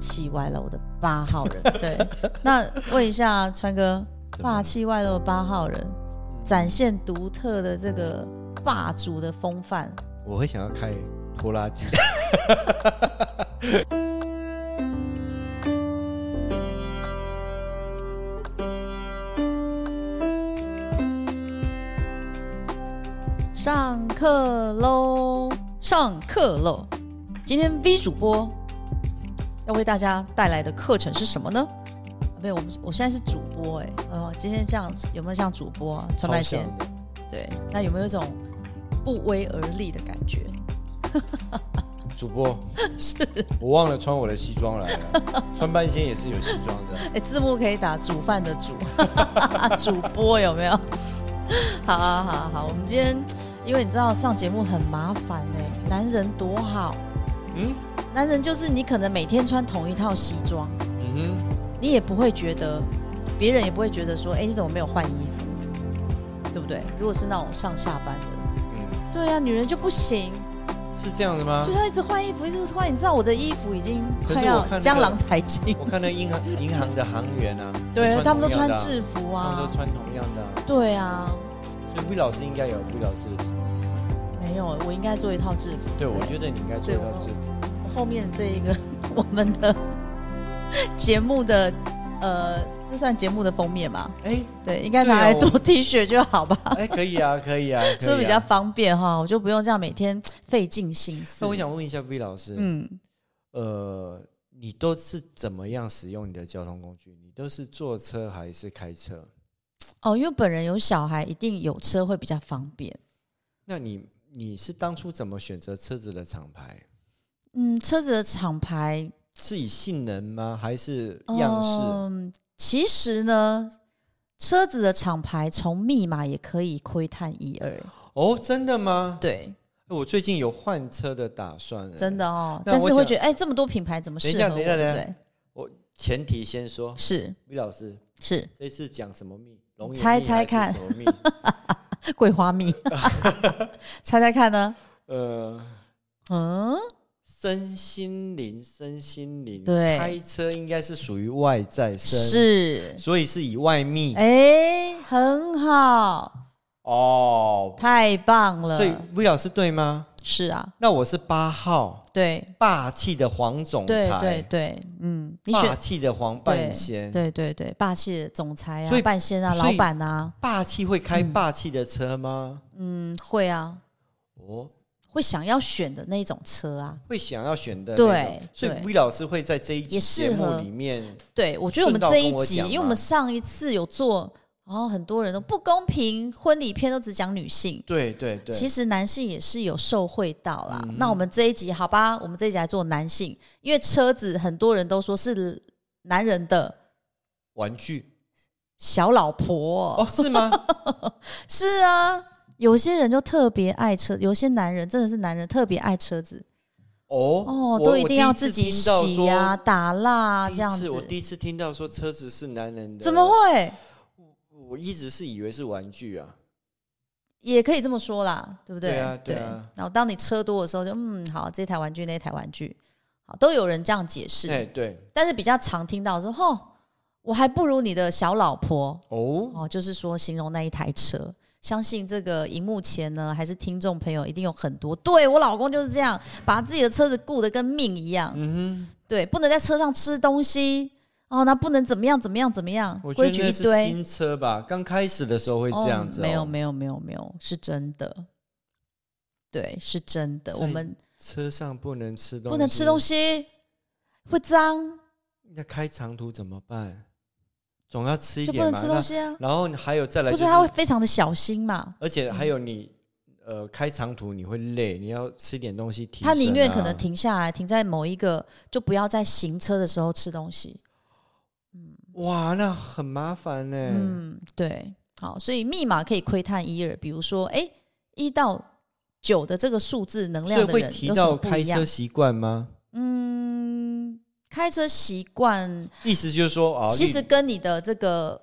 气外露的八号 人。对，那问一下川哥，怎么嗯霸气外露的八号人，展现独特的这个霸主的风范。我会想要开拖拉 机。上课喽，上课喽！今天 V 主播要为大家带来的课程是什么呢？没有，我们我现在是主播哎、哦，今天这样子有没有像主播啊？超川白先像的对，那有没有一种不威而立的感觉？主 播是，我忘了穿我的西装来了。穿半仙也是有西装的，哎，字幕可以打煮饭的煮， 主播有没有？ 好啊，好啊，好，我们今天因为你知道上节目很麻烦哎、男人多好，嗯男人就是你可能每天穿同一套西装，嗯你也不会觉得，别人也不会觉得说，哎，你怎么没有换衣服，对不对？如果是那种上下班的，哼嗯，对啊，女人就不行，是这样的吗就？是她一直换衣服，一直换，你知道我的衣服已经啊可是快我要看那个江郎才尽，我看那银行银行的行员啊，对他们都同穿样的啊，制服他们啊都，穿同样的啊。对啊，所以魏老师应该有魏老师的制服，没有，我应该做一套制服。对我觉得你应该做到制服。我后面这一个 我们的节目的呃，这算节目的封面嘛？哎对，应该拿来对哦做 T 恤就好吧，哎， 可以啊，可以啊，可以 啊是不是比较。方便哈？我就不用这样每天费尽心思那。我想问一下魏老师，嗯，呃，你都是怎么样使用你的交通工具？你都是坐车还是开车？哦，因为本人有小孩，一定有车会比较方便。那你你是当初怎么选择车子的厂牌？嗯，车子的厂牌是以性能吗？还是样式？嗯，其实呢，车子的厂牌从密码也可以窥探一二。哦，真的吗？对，我最近有换车的打算了。真的哦。那但我是会想觉得，哎、这么多品牌怎么适等合我？一下等一下对不等对？前提先说，是魏老师是，这次讲什么蜜？龙眼蜜猜猜还是看什么蜜？桂花蜜， 猜猜看呢？呃，嗯，身心灵，身心灵，对开车应该是属于外在身，，是，所以是以外密、哎、很好，哦。太棒了所。以魏老师对吗？是啊，那我是八号，对霸气的黄总对裁，对对，嗯，你选霸气的黄半仙，对对对，霸气的总裁所啊，以半仙啊，所老以板啊，霸气会开霸气的车吗？嗯，会啊，哦，会想要选的那种车啊。会想要选的那对种所以对 V 老师会在这一也集适节目合里面，对，我觉得我们顺道这一跟我集，讲因为嘛我们上一次有做，然后很多人都不公平，婚礼片都只讲女性。对对对，其实男性也是有受惠到啦。嗯那我们这一集好吧，我们这一集来做男性，因为车子很多人都说是男人的玩具小老婆，哦，是吗？是啊，有些人就特别爱车，有些男人真的是男人特别爱车子哦哦，我都我一第定要次自己听到洗说呀、打蜡啊第这一样次子，我第一次听到说车子是男人的，怎么？会？我一直是以为是玩具啊。也可以这么说啦，对不对？对啊对啊然后当你车多的时候就，嗯，好，这台玩具那台玩具，好，都有人这样解释。哎，对，但是比较常听到说，吼、我还不如你的小老婆哦，哦，就是说形容那一台车。相信这个荧幕前呢，还是听众朋友一定有很多。对我老公就是这样，把自己的车子顾得跟命一样。嗯对，不能在车上吃东西，哦，那不能怎么样怎么样怎么样哼，我，觉规得矩一那是堆。新车吧，刚开始的时候会这样子、哦没有没有没有没有，是真的。对，是真的。所我以们车上不能吃东西，不能吃东西，西，会脏，那开长途怎么办？总要吃一就不点能嘛。吃东西啊。那然后还有再来不就是是，他会嗯非常的小心嘛，而且还有你呃开长途你会累，你要吃点东西提、啊。他宁愿可能停下来，停在某一个，就不要在行车的时候吃东西。哇，那很麻烦呢、嗯，对，好，所以密码可以窥探一二，比如说，哎，一到九的这个数字能所以量的会人提有什么到不开一样车？习惯吗？嗯，开车习惯意思就是说啊，其例实跟你的这个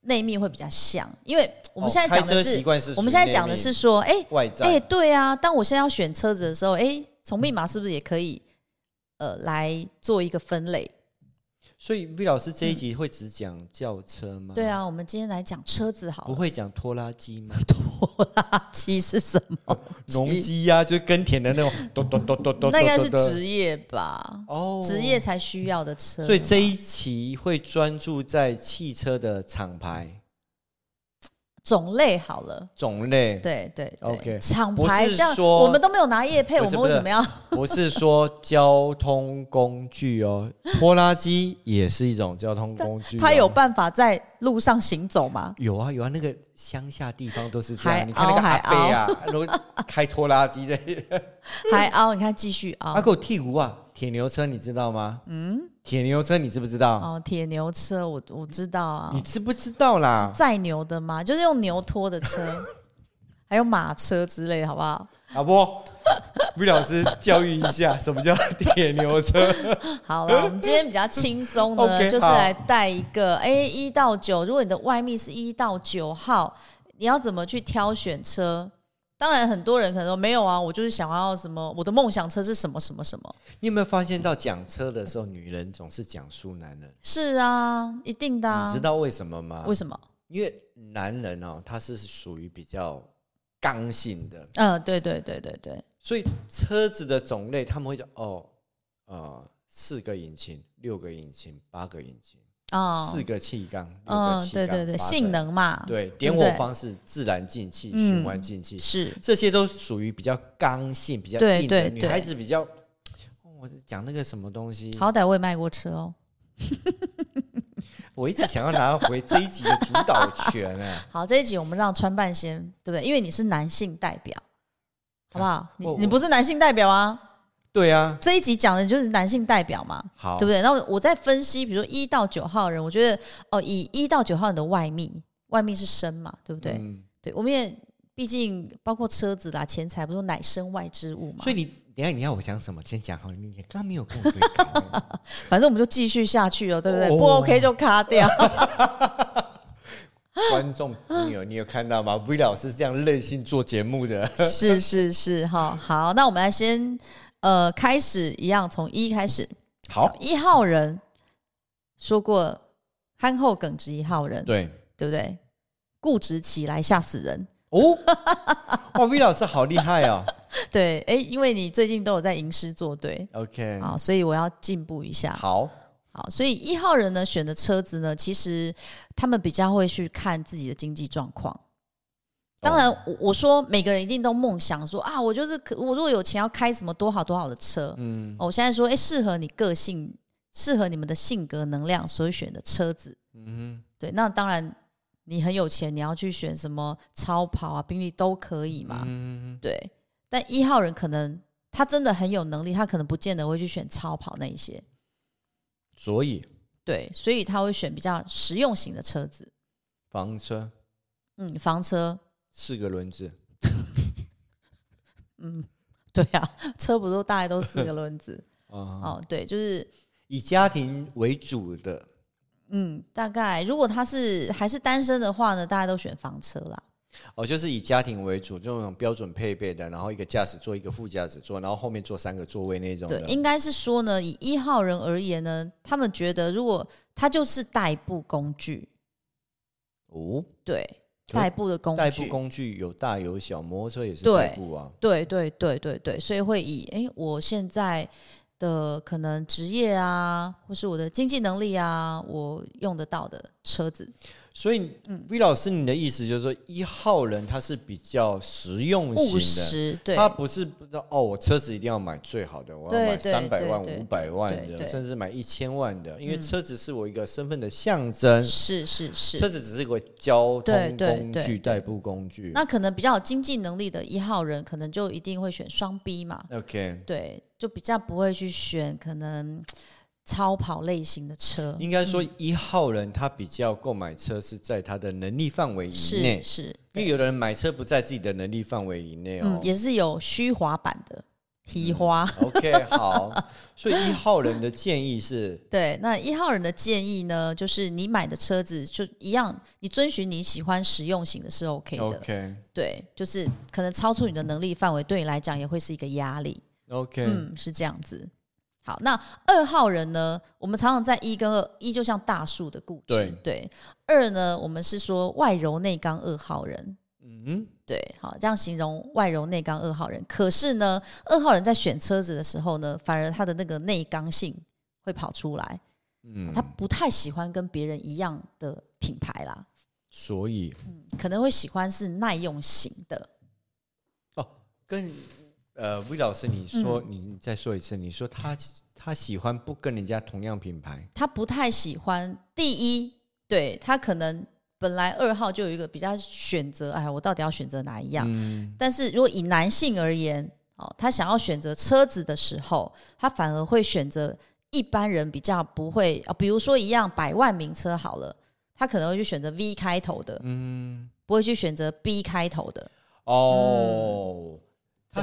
内密会比较像，因为我们哦现在讲开的车习是，惯是我们现在讲的属是于说，哎、内密外在，哎、对啊，当我现在要选车子的时候，哎、从密码是不是也可以呃来做一个分类。所以 V 老师这一集会只讲轿车吗？对，啊，我们今天来讲车子好嗯不了，会讲拖拉机吗？ 拖拉机是什么？农机呀，就是耕田的那种， 咚咚咚咚咚，那应该咚是咚职业吧，哦职业才需要的车。所以这一期会专注在汽车的厂牌种类好了。种类，对对对 OK 厂不牌是这样，说我们都没有拿叶配，不我是们不为是什么要？不是说交通工具 哦，拖拉机也是一种交通工具、哦。他有办法在路上行走吗？有啊有啊，那个乡下地方都是这海样。你看那个凹海哦阿伯啊，如果开拖拉 机在，还凹，你看继续哦凹阿。狗剃骨啊，铁牛车你知道吗？嗯，铁牛车你知不知道？哦，铁牛车，我我知道啊啊你，知不知道啦？ 载牛的嘛，就是用牛拖的车， 还有马车之类的，好不好？阿波， 魏老师教育一下，什么叫铁牛车？好 了，我们今天比较轻松的， OK，就是来带一个 A 一到九，如果你的外密是一到九号，你要怎么去挑选车？当然，很多人可能说没有啊，我就是想要什么，我的梦想车是什么什么什么。你有没有发现到讲车的时候，女人总是讲述男人？是啊，一定的、你啊知。道为什么吗？为什么？因为男人哦，他是属于比较刚性的，嗯、对对对对对，所以车子的种类他们会讲哦，呃，四个引擎、六个引擎、八个引擎，啊、四个气缸、六嗯、个气对缸，对对，八个性能嘛，对对点不火对方式、自然进气、嗯循环进气，是这些都属于比较刚性、比较对硬对的女对孩子比较。哦我讲那个什么东西，好歹我也卖过车哦。我一直想要拿回这一集的主导权哎、 好，这一集我们让川半仙，对不对？因为你是男性代表，好不好？你我你不是男性代表啊？对啊，这一集讲的就是男性代表嘛，好，对不对？那我我在分析，比如说一到九号人，我觉得哦，以一到九号人的外密，外密是身嘛，对不对？嗯对，我们也毕竟包括车子啦、钱财，不是说乃身外之物嘛所。以你等一下你要我讲什么，先讲好，你刚刚没有跟我对 稿反正我们就继续下去了，对不对？哦不 OK 就卡 掉。观众朋友，你有看到吗？V 老师是这样任性做节 目的，是是是，哈，好，那我们来先呃开始一样，从一开始。好，一号人说过憨厚耿直一号人，对对不对？固执起来吓死人。 哦，哇，V 老师好厉害哦。对，哎，因为你最近都有在吟诗作对 OK，啊，所以我要进步一下。好，好，所以一号人呢选的车子呢，其实他们比较会去看自己的经济状况。哦当然，我我说每个人一定都梦想说啊，我就是可我如果有钱要开什么多好多好的车。嗯哦我现在说，哎，适合你个性，适合你们的性格能量所选的车子。嗯对，那当然你很有钱，你要去选什么超跑啊、宾利都可以嘛。嗯，对，但一号人可能他真的很有能力，他可能不见得会去选超跑那一些。所以对，所以他会选比较实用型的车子，房车嗯，房车，四个轮子，嗯，对啊， 车不都大概都四个轮子啊，哦，对，就是以家庭为主的，嗯，大概如果他是还是单身的话呢，大家都选房车啦，哦，就是以家庭为主，这种标准配备的，然后一个驾驶座，一个副驾驶座，然后后面坐三个座位那种对的，，应该是说呢，以一号人而言呢，他们觉得如果他就是代步工具，哦，对，可代步的工具，代步工具有大有小，摩托车也是对代步啊。对对对对对，所以会以诶，我现在的可能职业啊，或是我的经济能力啊，我用得到的车子，所以，V 嗯老师，你的意思就是说，一号人他是比较实用务型实，的，对他不是不知道哦，我车子一定要买最好的，我要对买对三百万、对对五百万对的，对甚至买一千万的，因为车子是我一个身份的象征，是是车是。子只是个交对通对工对具、代步工具。那可能比较有经济能力的一号人，可能就一定会选双 B 嘛， OK，对，就比较不会去选可能超跑类型的车，应该说一号人他比较购买车是在他的能力范围以内是，是，因为有的人买车不在自己的能力范围以内哦嗯嗯，，也是有虚华版的皮花。 OK，好，所以一号人的建议是，对，那一号人的建议呢，就是你买的车子就一样，你遵循你喜欢实用型的是 OK 的。 OK 对，就是嗯可能超出你的能力范围，对你来讲也会是一个压力。 OK，、嗯，是这样子。好，那二号人呢？我们常常在一跟二，一就像大树的固执，对二呢，我们是说外柔内刚二号人，嗯，对，好，这样形容外柔内刚二号人。可是呢，二号人在选车子的时候呢，反而他的那个内刚性会跑出来，嗯他不太喜欢跟别人一样的品牌啦，所以可能会喜欢是耐用型的。哦，跟呃魏老师，你说、嗯你你再说一次，你说他他喜欢不跟人家同样品牌，他不太喜欢。第一，对他可能本来二号就有一个比较选择，哎，我到底要选择哪一样？嗯，但是如果以男性而言，哦，他想要选择车子的时候，他反而会选择一般人比较不会啊，比如说一样百万名车好了，他可能会去选择 V 开头的，嗯，不会去选择 B 开头的，哦，他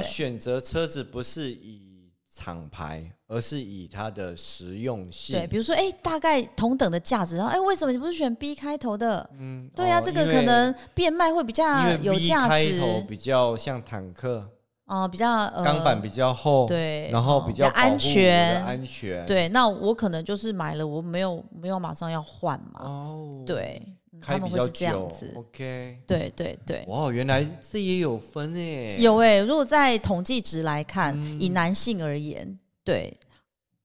嗯对选择车子不是以厂牌，而是以它的实用性。对，比如说哎、大概同等的价值，然后哎、为什么你不是选 B 开头的？嗯对啊，哦这个因可为能变卖会比较因为有 V 价值。开头比较像坦克，哦、比较呃钢板比较厚，，对，然后哦比较保护安我的全，安全，，对。那我可能就是买了，我没有没有马上要换嘛，哦，，对，嗯他开们比会较是这样久子， ，OK，对对对。哇，原来这也有分诶，有哎、如果在统计值来看，嗯以男性而言，对，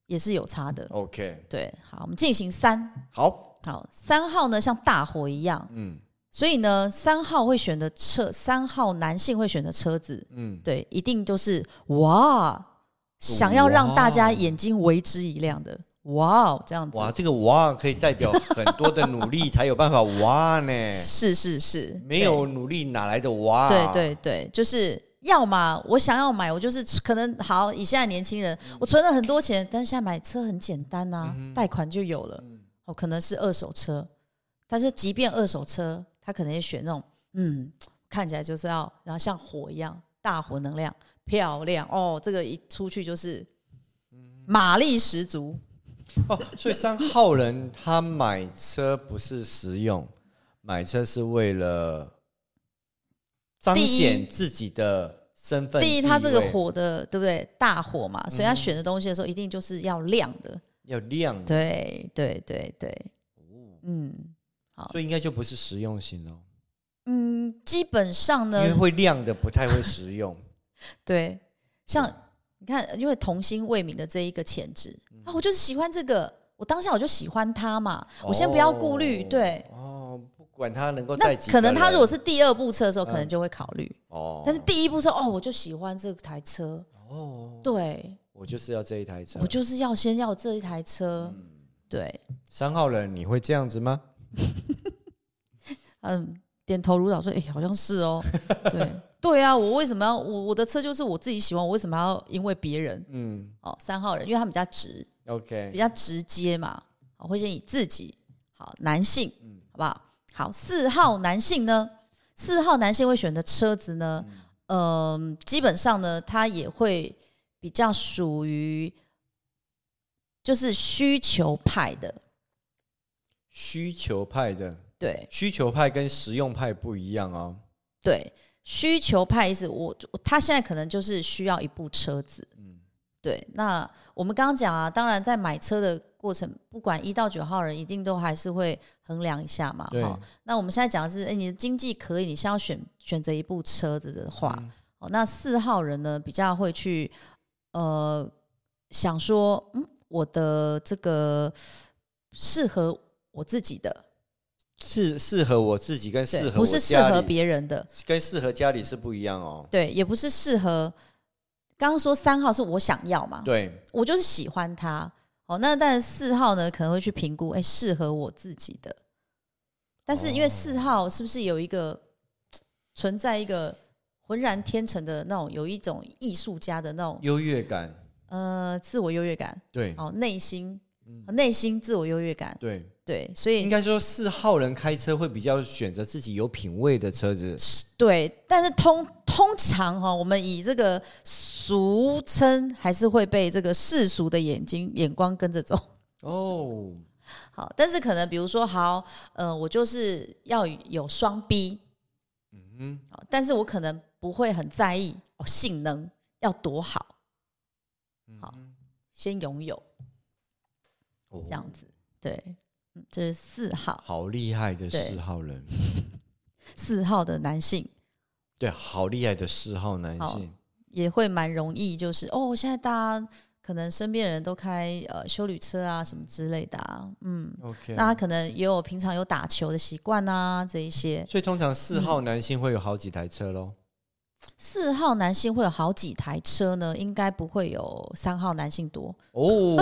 也是有差哦的。 ，OK，对，好，我们进行三，好，好，三号呢像大火一样，嗯所以呢，三号会选的车，三号男性会选的车子，嗯，对，一定都是哇，想要让大家哇眼睛为之一亮的，哇哦，这样子，哇，这个哇可以代表很多的努力才有办法哇呢，是是是，没有努力哪来的哇？对，对对对，就是要嘛我想要买，我就是可能好，以现在年轻人，我存了很多钱，但是现在买车很简单呐、贷款就有了，哦，可能是二手车，但是即便二手车，他可能也选那种，嗯，看起来就是要，然后像火一样，大火能量，漂亮哦，这个一出去就是马力十足，哦，所以三号人他买车不是实用，买车是为了彰第一显自己的身份地位。第一，它这个火的，对不对？大火嘛，所以他选的东西的时候，一定就是要亮的。要亮，对对对对，哦嗯所以应该就不是实用型哦，嗯，基本上因为呢，会亮的不太会实 用。对，像嗯你看，因为童心未泯的这一个潜质啊，我就是喜欢这个，我当下我就喜欢它嘛，我先不要顾虑，哦对。哦，不管他能够那在几个可人，能他如果是第二部车的时候，可能嗯就会考虑；哦，但是第一部车，哦，我就喜欢这台车，哦，对我就是要这一嗯台车我。就是要先要这一台车，对，三号人你会这样子吗？嗯，点头如捣说：“哎、好像是哦，对对啊，我为什么要我我的车就是我自己喜欢，我为什么要因为别人？嗯哦，三号人，因为他们比较直，比，OK，较直接嘛，好，会先以自己好男性，好不好？好，四号男性呢，四号男性会选的车子呢，嗯、基本上呢，他也会比较属于就是需求派的，需求派的对，需求派跟实用派不一样哦。对，需求派意思，我我他现在可能就是需要一部车子。嗯对，那我们刚刚讲啊，当然在买车的过程，不管一到九号人，一定都还是会衡量一下嘛。对齁那我们现在讲的是，哎，你的经济可以，你先要选选择一部车子的话，嗯哦，那四号人呢比较会去呃想说，嗯，我的这个适合我自己的，适适合我自己跟适对，合不我是适家合里别人的。跟适合家里是不一样哦。对，也不是适合。刚刚说三号是我想要嘛，对，我就是喜欢它。哦，那但是四号呢，可能会去评估，哎，适合我自己的。但是因为哦四号是不是有一个嘖存在一个浑然天成的那种，有一种艺术家的那种优越感，呃自我优越感，对哦，内心、嗯内心自我优越感，对，对，所以应该说四号人开车会比较选择自己有品味的车子。对，但是通通常哈、我们以这个俗称还是会被这个世俗的眼睛眼光跟着走。 哦，好，但是可能比如说，好，呃，我就是要有双 B，嗯好，但是我可能不会很在意哦，性能要多好，哼，好先拥有哦这样子。对，嗯，这是四号，好厉害的对四号人，四号的男性对，好厉害的四号男好性，也会蛮容易，就是哦，现在大家可能身边人都开呃修旅车啊什么之类的啊，嗯， OK，那他可能也有平常有打球的习惯啊，这一些。所以通常四嗯号男性会有好几台车喽。四号男性会有好几台车呢，应该不会有三号男性多，哦，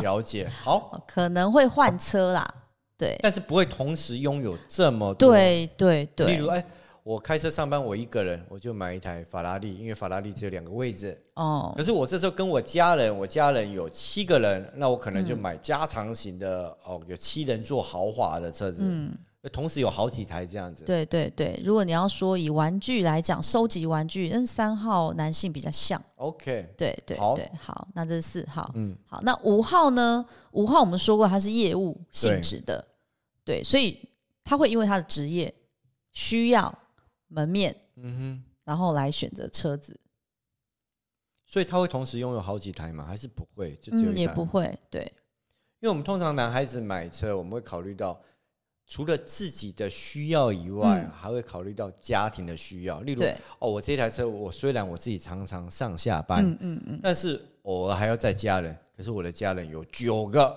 了解，好，呃可能会换车啦。对，但是不会同时拥有这么多。，对，对，例对如，，哎，我开车上班，我一个人，我就买一台法拉利，因为法拉利只有两个位置。哦，可是我这时候跟我家人，我家人有七个人，那我可能就嗯买加长型的、哦，有七人座豪华的车子，嗯，同时有好几台这样子。对对对，如果你要说以玩具来讲，收集玩具，跟三号男性比较像。 OK，对对好对，好，那这是四号。嗯，好，那五号呢？五号我们说过他是业务性质的，对，所以他会因为他的职业需要门面，嗯哼，然后来选择车子。所以他会同时拥有好几台吗？还是不会？就只有嗯，一也台？不会，对，因为我们通常男孩子买车，我们会考虑到除了自己的需要以外，嗯还会考虑到家庭的需要。例如，对，哦，我这台车，我虽然我自己常常上下班，嗯嗯嗯，但是偶尔还要载家人。可是我的家人有九个，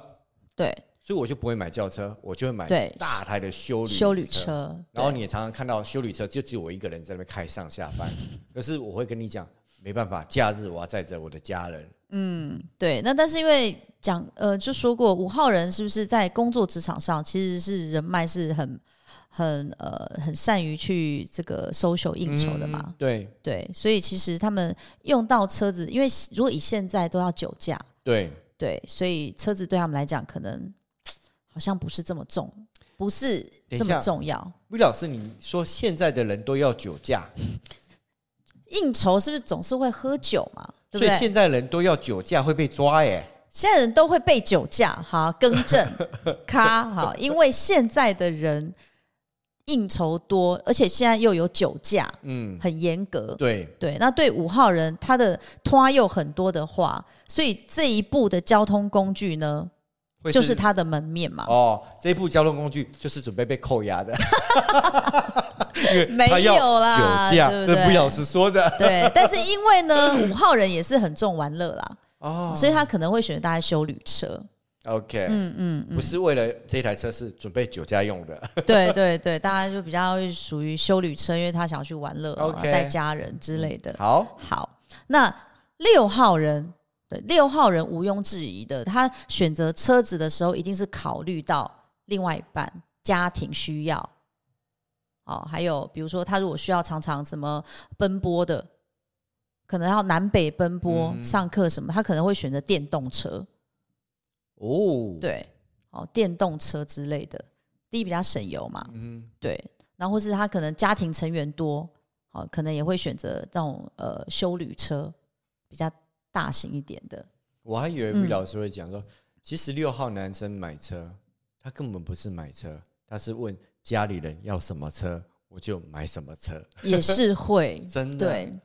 对，所以我就不会买轿车，我就会买对大台的修旅修旅。车，然后对你也常常看到修旅车，就只有我一个人在那边开上下班。 可是我会跟你讲，没办法，假日我要载着我的家人。嗯，对，那但是因为讲呃，就说过五号人是不是在工作职场上其实是人脉是很很呃很善于去这个 social 应酬的嘛？嗯对对，所以其实他们用到车子，因为如果以现在都要酒驾，对，对，所以车子对他们来讲可能好像不是这么重，不是等一这么下重要。魏老师，你说现在的人都要酒驾，应酬是不是总是会喝酒嘛？对不所以对？现在人都要酒驾会被抓耶。现在人都会被酒驾，哈，更正，咔，好，因为现在的人应酬多，而且现在又有酒驾，嗯，很严格。对，对，那对五号人他的拖又很多的话，所以这一步的交通工具呢，会就是他的门面嘛。哦，这一部交通工具就是准备被扣押的， 因为没他要有啦，酒驾，啊对不这是魏对老？师说的 对，但是因为呢，五号人也是很重玩乐啦，哦。所以他可能会选择大家修旅车。 OK，嗯嗯嗯哦不，是为了这台车是准备酒驾用的，对对对，大家就比较属于修旅车，因为他想要去玩乐啊、 OK 带家人之类的。好，好，那六号人，对六号人毋庸置疑的，他选择车子的时候一定是考虑到另外一半家庭需要。哦，还有比如说，他如果需要常常什么奔波的，可能要南北奔波、嗯上课什么，他可能会选择电动车。哦，，对，哦，电动车之类的，第一比较省油嘛。嗯，对，然后或是他可能家庭成员多，好、可能也会选择那种呃修旅车，比较大型一点的。我还以为嗯魏老师会讲说，其实六号男生买车，他根本不是买车，他是问家里人要什么车，我就买什么车，也是会， 真的，嗯对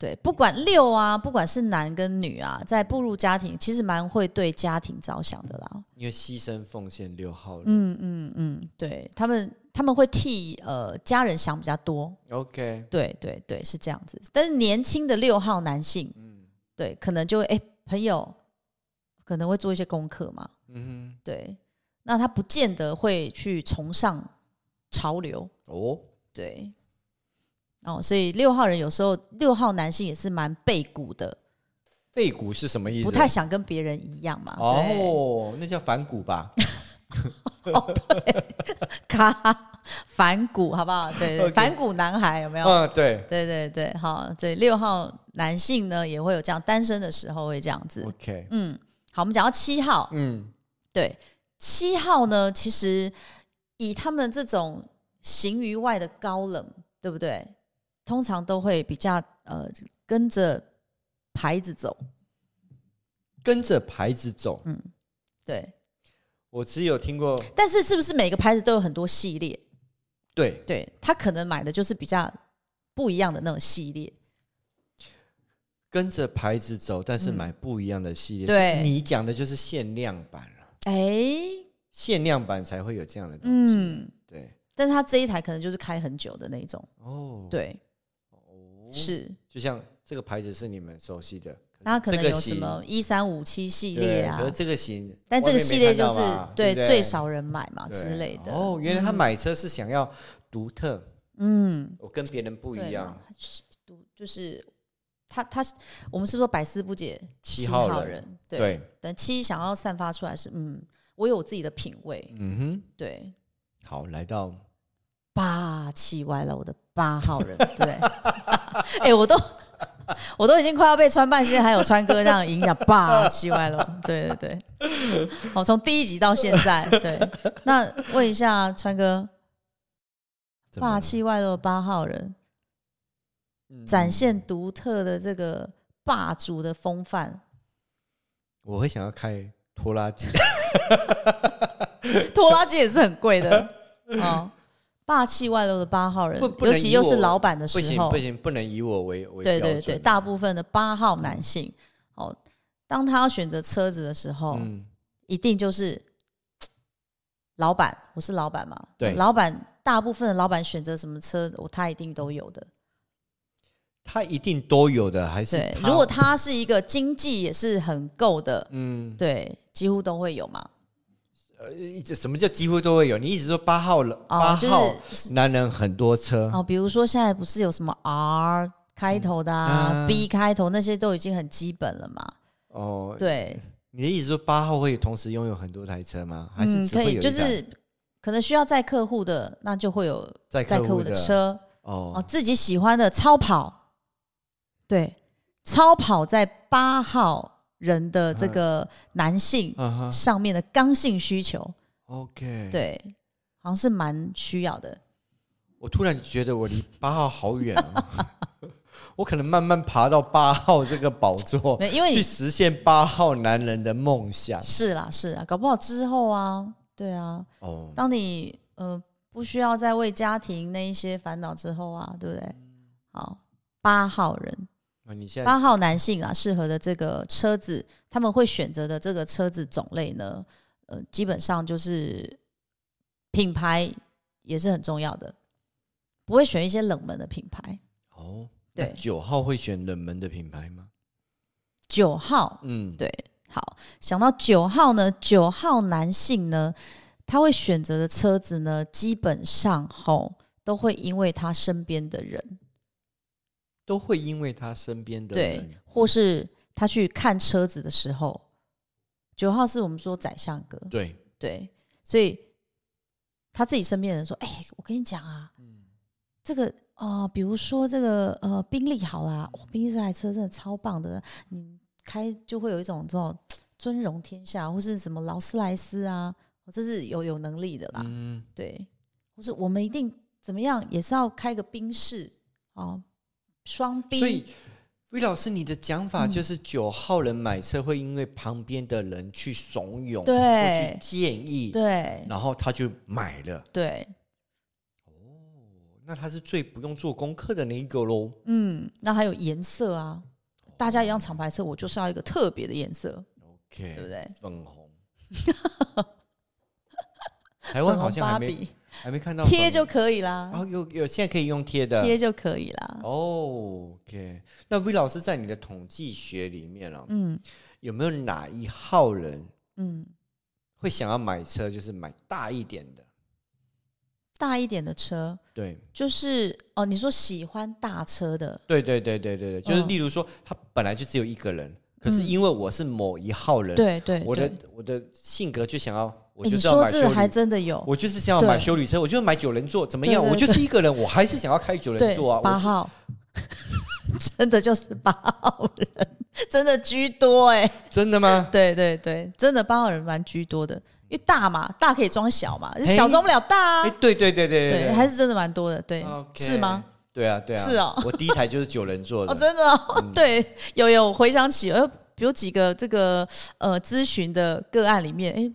对，不管六啊，不管是男跟女啊，在步入家庭，其实蛮会对家庭着想的啦。因为牺牲奉献六号人、嗯嗯嗯，对他们他们会替呃家人想比较多， OK，对对对，是这样子。但是年轻的六号男性，嗯对，可能就会哎、朋友可能会做一些功课嘛，嗯对，那他不见得会去崇尚潮流，哼，哦，对，哦，所以六号人有时候六号男性也是蛮背骨的，背骨是什么意思？不太想跟别人一样嘛。对，哦，那叫反骨吧？咔， 反骨好不好？对对 OK 反骨男孩有没有？嗯，对对对对，好，对六号男性呢也会有这样，单身的时候会这样子。 ，OK，嗯，好，我们讲到七号，嗯，对，七号呢，其实以他们这种行于外的高冷，对不对？通常都会比较呃跟着牌子走，跟着牌子走。对。我只有听过，但是是不是每个牌子都有很多系列？对，对他可能买的就是比较不一样的那种系列，跟着牌子走，但是买不一样的系列。嗯对你讲的就是限量版了，哎、限量版才会有这样的东西。嗯，对，但是它这一台可能就是开很久的那种，哦，，对，哦，是，就像这个牌子是你们熟悉的，那它可能这个有什型么一三五七系对列啊可是，这个型，但这个系列就是外面没看到嘛对对不对最少人买嘛对之类的。哦，原来他买车是想要独特，嗯，我跟别人不对一样嘛，。他就是读就是他他，我们是不是说百思不解七号号人？人对，对，但七想要散发出来是嗯，我有我自己的品味，嗯哼，对，好，来到霸气歪了我的八号 人，对，哎、我都。我都已经快要被川半仙还有川哥这样影响，霸气歪了。对对对，好，从第一集到现在，对。那问一下川哥，怎么霸了气外露的八号人，嗯展现独特的这个霸主的风范。我会想要开拖拉机，拖拉机也是很贵 的哦。霸气外露的八号人不，不尤能其以又是我老板的 不时行候不，行，不能以我为为对标对对，准大部分的八号男性哦，当他要选择车子的时候，嗯，一定就是嘖老板，我是老板嘛，对老板。大部分的老板选择什么车，我他一定都有的。他一定都有的，还是对，他如果他是一个经济也是很够的，嗯，对，几乎都会有嘛。呃，一直什么叫几乎都会有？你一直说八号了，哦八，就号是男人很多车，哦，比如说现在不是有什么 R 开头的啊、嗯啊 B 开头那些都已经很基本了嘛？哦，对，你的意思说八号会同时拥有很多台车吗？还是嗯，只可会有以，一就台是可能需要载客户的，那就会有在载客客户的车哦，哦，自己喜欢的超跑，对，超跑在八号人的这个嗯男性啊哈上面的刚性需求， ，OK，，对，好像是蛮需要的。我突然觉得我离八号好远哦， 我可能慢慢爬到八号这个宝座，没，因为你哦去实现八号男人的梦想是啦是啦，搞不好之后啊，对啊，哦。当你呃不需要再为家庭那一些烦恼之后啊，对不对？好，八号人，那你现在八号男性啊，适合的这个车子，他们会选择的这个车子种类呢，呃，基本上就是品牌也是很重要的，不会选一些冷门的品牌。哦，对那九号会选冷门的品牌吗？九号，嗯，对，好，想到九号呢，九号男性呢，他会选择的车子呢，基本上吼都会因为他身边的人。都会因为他身边的对人，或是他去看车子的时候，九号是我们说宰相哥，对对，所以他自己身边的人说：“哎、我跟你讲啊，嗯这个哦、呃比如说这个呃，宾利好啦，嗯哦宾利这台车真的超棒的，你开就会有一种这种尊荣天下，或是什么劳斯莱斯啊，哦这是有有能力的啦，嗯，对，或是我们一定怎么样也是要开个宾士哦，双宾，所以。魏老师，你的讲法嗯就是九号人买车会因为旁边的人去怂恿，对或去建议，对然后他就买了。对。”那他是最不用做功课的那一个喽。嗯，那还有颜色啊，哦大家一样厂牌车，我就是要一个特别的颜色， OK，对不对？粉红，台湾好像粉还没红还没看到芭比贴粉就可以啦，哦，有有现在可以用贴的。啊贴就可以啦。哦 OK，那 V 老师在你的统计学里面啊，嗯有没有哪一号人嗯，会想要买车，就是买大一点的？大一点的车对，就是哦，你说喜欢大车的，对对对对对对，就是嗯例如说，他本来就只有一个人，可是因为我是某一号人，对对我对。的我的性格就想要，我诶就你是要说买这个修还理真的有，我就是想要买对修理车，我就买九人座，怎么样？对对我就是一个人，我还是想要开九人对座啊。，八我号， 真的就是八号人，真的居多哎、 真的吗？对对对，真的八号人蛮居多的，因为大嘛，大可以装小嘛，嘿小装不了大哎、啊。对对对对对，还是真的蛮多的，对 OK 是吗？？对啊，对啊，是哦我第一台就是九人座 的，哦，真的、哦，嗯对，有有，我回想起，呃，有几个这个呃咨询的个案里面，哎、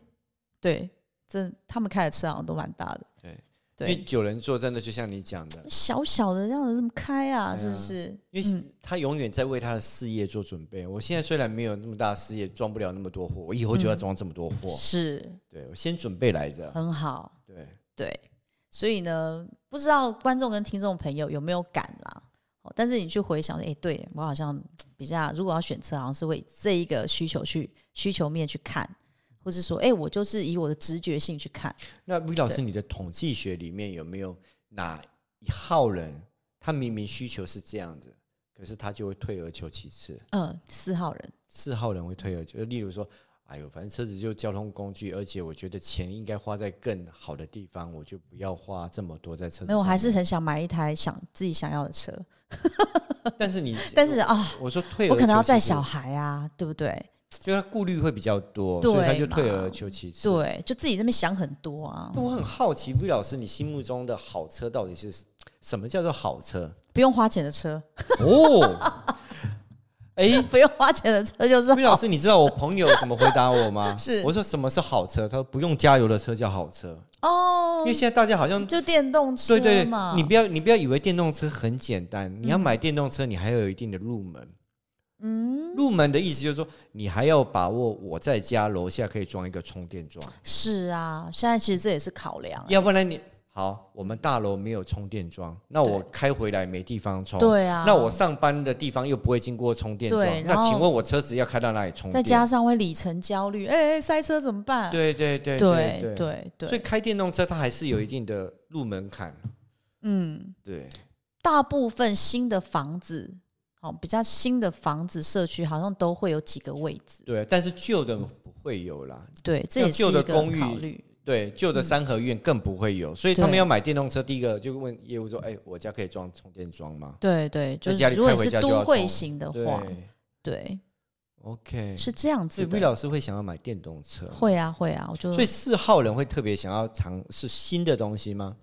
对，真他们开的车好像都蛮大的，对，因对为九人座真的就像你讲的，小小的这样子怎么开啊？对啊是不是？因为他永远在为他的事业做准备。我现在虽然没有那么大的事业，装不了那么多货，我以后就嗯要装这么多货。是对我先准备来着。很好。哎对，对，所以呢，不知道观众跟听众朋友有没有感啦？哦，但是你去回想，哎、对我好像比较，如果要选车，好像是为这一个需求去需求面去看，或是说，哎、我就是以我的直觉性去看。那 V 老师，你的统计学里面有没有哪一号人，他明明需求是这样子，可是他就会退而求其次？嗯，四号人，四号人会退而求，例如说，哎呦，反正车子就是交通工具，而且我觉得钱应该花在更好的地方，我就不要花这么多在车子上面。没有，我还是很想买一台想自己想要的车，但是你，但是啊，我说退而求其次，我可能要带小孩啊，对不对？就他顾虑会比较多，对所以他就退嘛而求其次。对，就自己这边想很多啊那，我很好奇，V 老师，你心目中的好车到底是什么叫做好 车？不用花钱的车， 哦，哎、不用花钱的车就是魏老好。师，你知道我朋友怎么回答我 吗？是我说什么是好车？他说不用加油的车叫好车，哦因为，现在大家好像就电动车对对，嘛，对你不要你不要以为电动车很简单，你要买电动车，你还要有一定的入门。嗯，入门的意思就是说，你还要把握我在家楼下可以装一个充电桩，是啊，现在其实这也是考量欸。要不然你哎好，我们大楼没有充电桩，那我开回来没地方充。对啊，那我上班的地方又不会经过充电对桩，那然后请问我车子要开到哪里充电？再加上会里程焦虑，哎、哎，塞车怎么办？对对对对对对所对，以开电动车它还是有一定的入门槛。嗯，对，大部分新的房子，哦，比较新的房子社区好像都会有几个位置，对，但是旧的不会有啦，对，这也是旧一的个公寓考虑。对，旧的三合院更不会有，所以他们嗯对要买电动车，第一个就问业务说：“哎，我家可以装充电桩吗对对，就在家是里如果开你回是家就要都会充型的？”对话，对， ，OK。是这样所子以 V 的。老师会想要买电动车，会啊会啊，我就所以四号人会特别想要尝试新的东西吗？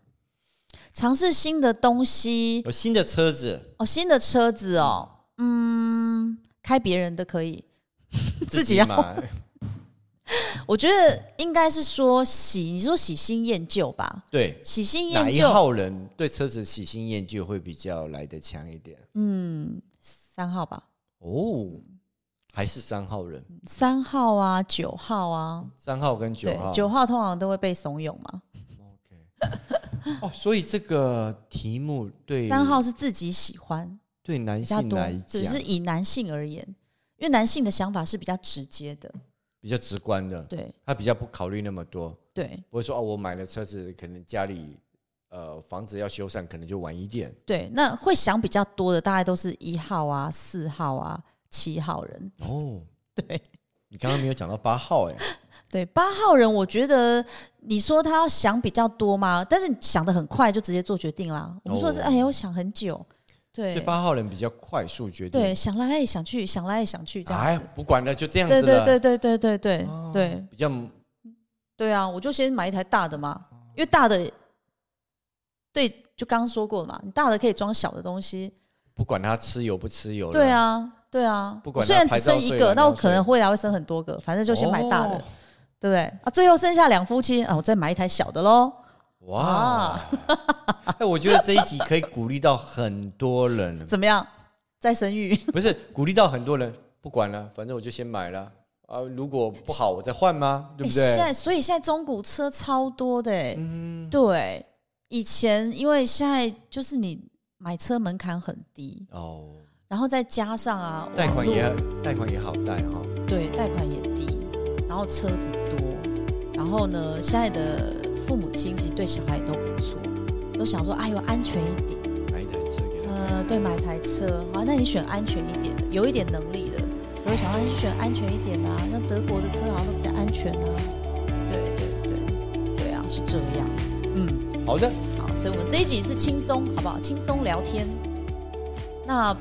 尝试新的东西有新的车子，哦，新的车子哦，嗯，开别人的可 以， 自己要买，我觉得应该是说喜，你说喜新厌旧吧， 对。喜新哪厌一旧。号人对车子喜新厌旧会比较来得强一点？嗯，三号吧，哦，还是三号人，三号啊，九号啊，三号跟九对号。，九号通常都会被怂恿嘛。 OK 哦，所以这个题目对三号是自己喜欢对男比较性多来，只讲是以男性而言，因为男性的想法是比较直接的，比较直观的，对他比较不考虑那么多，对不会说哦，我买了车子，可能家里呃房子要修缮，可能就晚一点。对。那会想比较多的，大概都是一号啊、四号啊、七号人，哦， 对。你刚刚没有讲到八号哎、对八号人，我觉得你说他要想比较多嘛，但是你想的很快就直接做决定啦。我们说是，哦哎呀，我想很久，对所以八号人比较快速决定。对，想来想去，想来想去这哎样呀子。，不管了，就这样子对了。哦对对对对对对对比较对啊！我就先买一台大的嘛，哦因为大的，对，就刚刚说过了嘛，你大的可以装小的东西。不管他吃油不吃油了。对啊，对啊。不管我虽然它只牌照生一税个，燃那我料可能税未来会生很多个，反正就先买大的，哦对不对？啊，最后剩下两夫妻啊，我再买一台小的啊喽。啊哦哇！哎，我觉得这一集可以鼓励到很多 人，怎么样？再生育？不是鼓励到很多人，不管了，反正我就先买了啊、如果不好，我再换吗？对不欸现对？在所以现在中古车超多的、欸，嗯对，以前因为现在就是你买车门槛很低，哦，然后再加上啊，贷款网也络贷款也好贷哈、对，贷款也低，然后车子多，然后呢，现在的父母亲其实对小孩都不错，都想说，哎呦，安全一点。买一台车给他。呃，对，买台车好，那你选安全一点的，有一点能力的，我会想要哎选安全一点的、啊。那德国的车好像都比较安全啊。对对对，对啊，是这样。嗯，好的，好，所以我们这一集是轻松，好不好？轻松聊天。那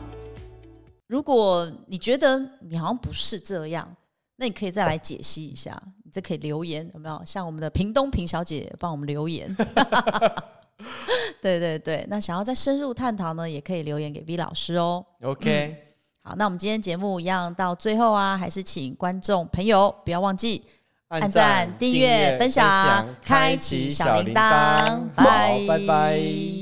如果你觉得你好像不是这样，那你可以再来解析一下，你这可以留言有没有？像我们的屏东平小姐帮我们留言。 对对对，那想要再深入探讨呢，也可以留言给 V 老师哦。 OK，、好，那我们今天节目一样到最后啊，还是请观众朋友不要忘记按赞、订阅、分享、开启小铃铛，好拜拜拜。